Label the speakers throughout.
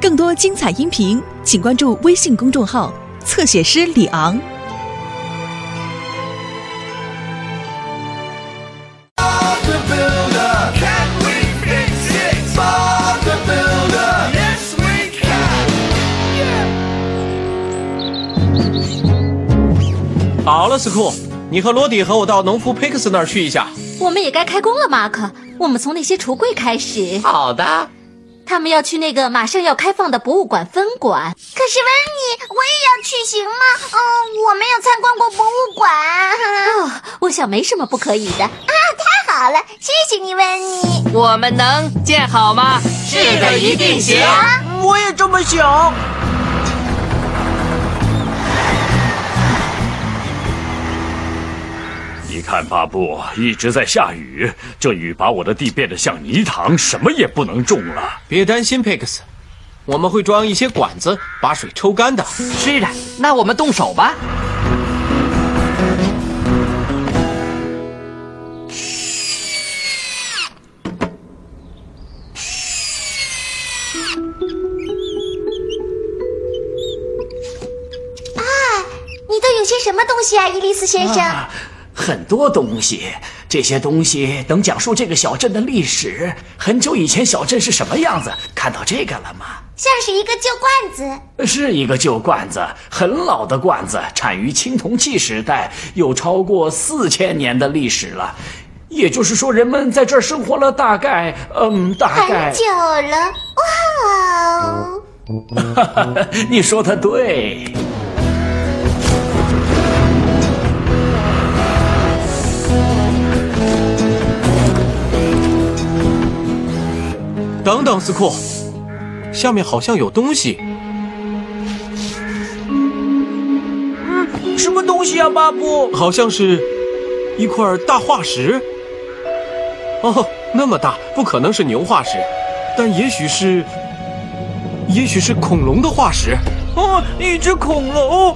Speaker 1: 更多精彩音频，请关注微信公众号“侧写师李昂”。
Speaker 2: Builder, can we fix it? Bob the Builder, yes we can.
Speaker 3: 好了，斯库，你和罗迪和我到农夫佩克斯那儿去一下。
Speaker 4: 我们也该开工了，马克。我们从那些橱柜开始。
Speaker 5: 好的，
Speaker 4: 他们要去那个马上要开放的博物馆分馆。
Speaker 6: 可是温妮，我也要去，行吗？嗯，我没有参观过博物馆。啊，
Speaker 4: 哦，我想没什么不可以的。
Speaker 6: 太好了，谢谢你，温妮。
Speaker 7: 我们能建好吗？是的，一定行。
Speaker 8: 我也这么想。
Speaker 9: 你看，巴布一直在下雨，这雨把我的地变得像泥塘，什么也不能种了。
Speaker 3: 别担心，佩克斯，我们会装一些管子，把水抽干的。
Speaker 7: 是的，那我们动手吧。
Speaker 6: 你都有些什么东西啊，伊丽丝先生？
Speaker 5: 很多东西，这些东西能讲述这个小镇的历史。很久以前，小镇是什么样子？看到这个了吗？
Speaker 6: 像是一个旧罐子。
Speaker 5: 是一个旧罐子，很老的罐子，产于青铜器时代，有超过四千年的历史了。也就是说，人们在这儿生活了大概，嗯，大概
Speaker 6: 很。久了，哇哦！
Speaker 5: 你说的对。
Speaker 3: 等等，斯库，下面好像有东西。
Speaker 8: 什么东西啊，巴布？
Speaker 3: 好像是一块大化石。哦，那么大，不可能是牛化石，但也许是，也许是恐龙的化石。嗯
Speaker 8: 哦，一只恐龙。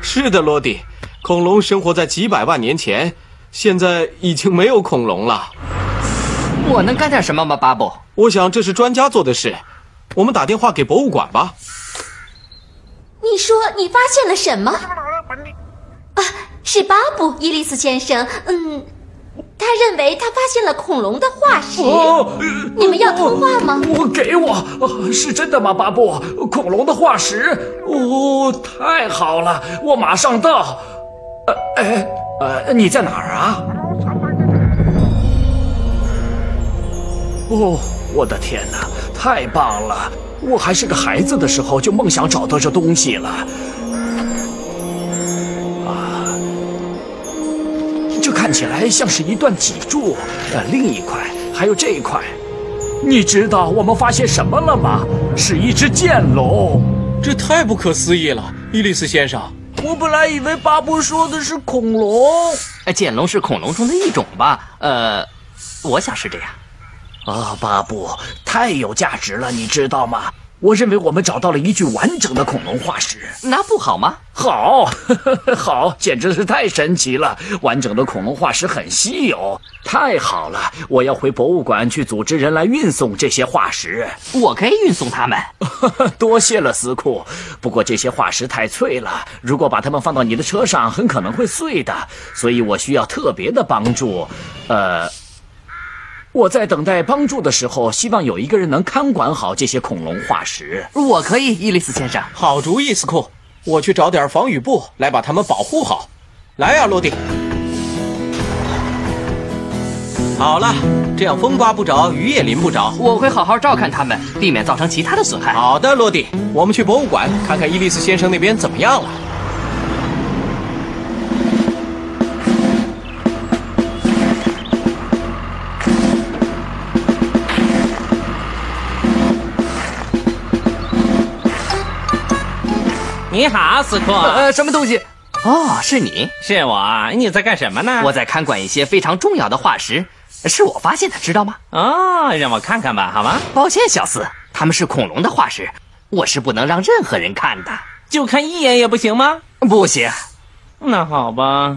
Speaker 3: 是的，罗迪，恐龙生活在几百万年前，现在已经没有恐龙了。
Speaker 7: 我能干点什么吗，巴布？
Speaker 3: 我想这是专家做的事，我们打电话给博物馆吧。
Speaker 4: 你说你发现了什么？啊，是巴布，伊丽丝先生。嗯，他认为他发现了恐龙的化
Speaker 6: 啊
Speaker 4: 石。
Speaker 5: 哦，
Speaker 4: 你们要通话吗？
Speaker 5: 呃我给我，啊是真的吗，巴布？恐龙的化石？哦，太好了，我马上到。呃，哎，呃，你在哪儿啊？哦，我的天哪，太棒了！我还是个孩子的时候就梦想找到这东西了。啊，这看起来像是一段脊柱，呃，另一块，还有这一块。你知道我们发现什么了吗？是一只剑龙。
Speaker 3: 这太不可思议了，伊丽丝先生。
Speaker 8: 我本来以为巴布说的是恐龙。
Speaker 7: 呃剑龙是恐龙中的一种吧？呃，我想是这样。
Speaker 5: 啊、巴布，太有价值了，你知道吗？我认为我们找到了一具完整的恐龙化石。
Speaker 7: 那不好吗？
Speaker 5: 好， 好，简直是太神奇了！完整的恐龙化石很稀有，太好了！我要回博物馆去组织人来运送这些化石。
Speaker 7: 我可以运送它们。
Speaker 5: 多谢了，司库。不过这些化石太脆了，如果把它们放到你的车上，很可能会碎的，所以我需要特别的帮助。呃。我在等待帮助的时候，希望有一个人能看管好这些恐龙化石。
Speaker 7: 我可以，伊丽丝先生。
Speaker 3: 好主意，斯库。我去找点防雨布来把它们保护好。来啊呀、罗迪。好了，这样风刮不着，雨也淋不着。
Speaker 7: 我会好好照看它们，避免造成其他的损害。
Speaker 3: 好的，罗迪，我们去博物馆看看伊丽丝先生那边怎么样了。
Speaker 10: 你好，斯库，
Speaker 7: 呃，什么东西？哦，是你。
Speaker 10: 是我。你在干什么呢？
Speaker 7: 我在看管一些非常重要的化石，是我发现的，知道吗？
Speaker 10: 哦，让我看看吧，好吗？
Speaker 7: 抱歉，小四，他们是恐龙的化石，我是不能让任何人看的。
Speaker 10: 就看一眼也不行吗？
Speaker 7: 不行，
Speaker 10: 那好吧。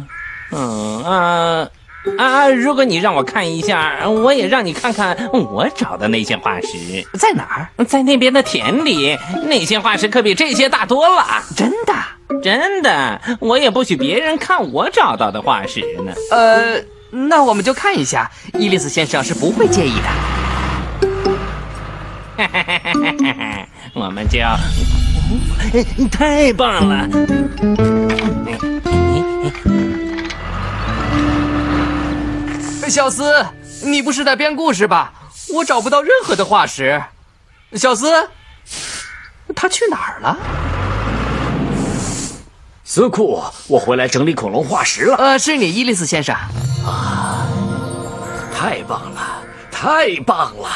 Speaker 10: 嗯啊，啊，如果你让我看一下，我也让你看看我找的那些化石在哪儿？在那边的田里，那些化石可比这些大多了。真的，真的，我也不许别人看我找到的化石呢。
Speaker 7: 呃，那我们就看一下，伊丽丝先生是不会介意的。
Speaker 10: 我们就，哦太棒了！
Speaker 7: 小斯，你不是在编故事吧？我找不到任何的化石。小斯，他去哪儿了？
Speaker 5: 斯库，我回来整理恐龙化石了。
Speaker 7: 呃，是你，伊丽丝先生。
Speaker 5: 太棒了，太棒了！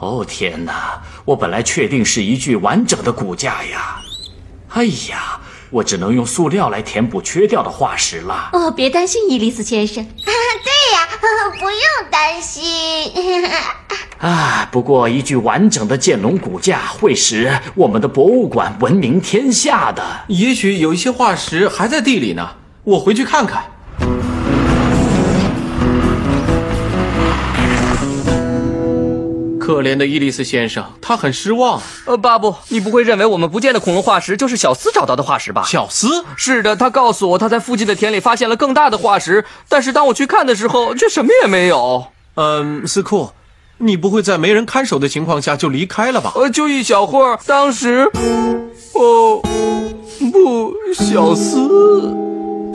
Speaker 5: 哦天哪，我本来确定是一具完整的骨架呀。哎呀，我只能用塑料来填补缺掉的化石了。
Speaker 4: 哦，别担心，伊丽丝先生。
Speaker 6: 对呀， 不用担心。
Speaker 5: 啊，不过一具完整的剑龙骨架会使我们的博物馆闻名天下的。
Speaker 3: 也许有一些化石还在地里呢，我回去看看。可怜的伊丽丝先生，他很失望。
Speaker 7: 呃，巴布，你不会认为我们不见的恐龙化石就是小斯找到的化石吧？
Speaker 3: 小斯，
Speaker 7: 是的，他告诉我他在附近的田里发现了更大的化石，但是当我去看的时候，却什么也没有。
Speaker 3: 嗯，斯库，你不会在没人看守的情况下就离开了吧？
Speaker 7: 呃，就一小会儿，当时，哦，不，小斯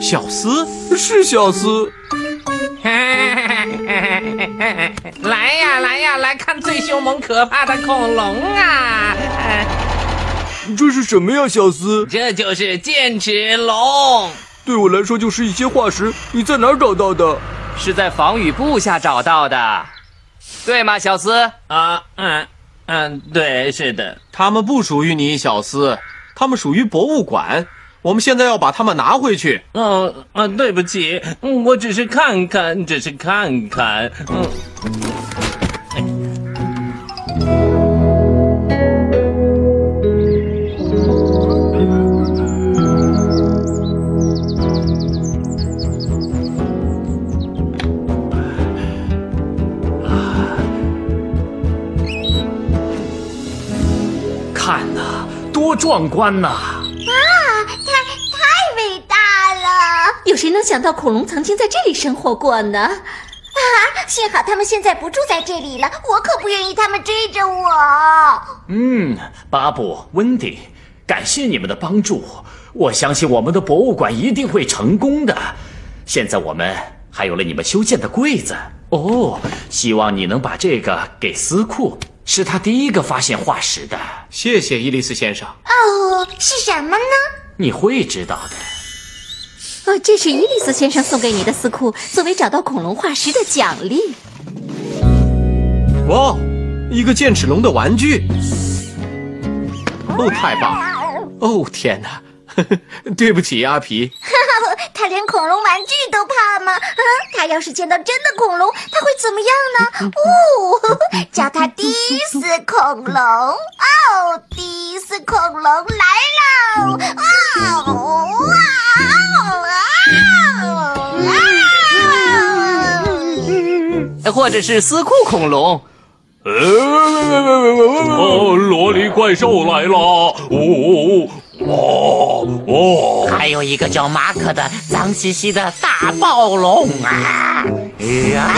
Speaker 3: 小斯，
Speaker 7: 是小斯，
Speaker 10: 来呀，来呀，来看最凶猛可怕的恐龙啊！呃
Speaker 7: 这是什么呀，小斯？
Speaker 10: 这就是剑齿龙。
Speaker 7: 对我来说就是一些化石，你在哪儿找到的？
Speaker 8: 是在防雨布下找到的，对吗，小斯？
Speaker 10: 啊，嗯嗯，对，是的。
Speaker 3: 他们不属于你，小斯，他们属于博物馆。我们现在要把他们拿回去。
Speaker 10: 嗯嗯，对不起，嗯我只是看看，只是看看。嗯，
Speaker 5: 看呐、多壮观呐、
Speaker 6: 太伟大了！
Speaker 4: 有谁能想到恐龙曾经在这里生活过呢？
Speaker 6: 啊幸好他们现在不住在这里了，我可不愿意他们追着我。
Speaker 5: 嗯，巴布、温迪，感谢你们的帮助，我相信我们的博物馆一定会成功的。现在我们还有了你们修建的柜子哦，希望你能把这个给斯库，是他第一个发现化石的，
Speaker 3: 谢谢伊丽丝先生。
Speaker 6: 哦，是什么呢？
Speaker 5: 你会知道的。
Speaker 4: 啊，这是伊丽丝先生送给你的丝裤，作为找到恐龙化石的奖励。
Speaker 3: 哇，哦一个剑齿龙的玩具！哦，太棒了！哦，天哪！ 对不起，阿皮。
Speaker 6: 哦他连恐龙玩具都怕吗？啊，他要是见到真的恐龙，他会怎么样呢？哦，叫他迪斯恐龙哦，迪斯恐龙来喽！哦哇哦哇哦！
Speaker 7: 或者是斯库恐龙？
Speaker 9: 哦，萝莉怪兽来了！哦哦哦！
Speaker 8: 还有一个叫马可的脏兮兮的大暴龙啊！哎呀，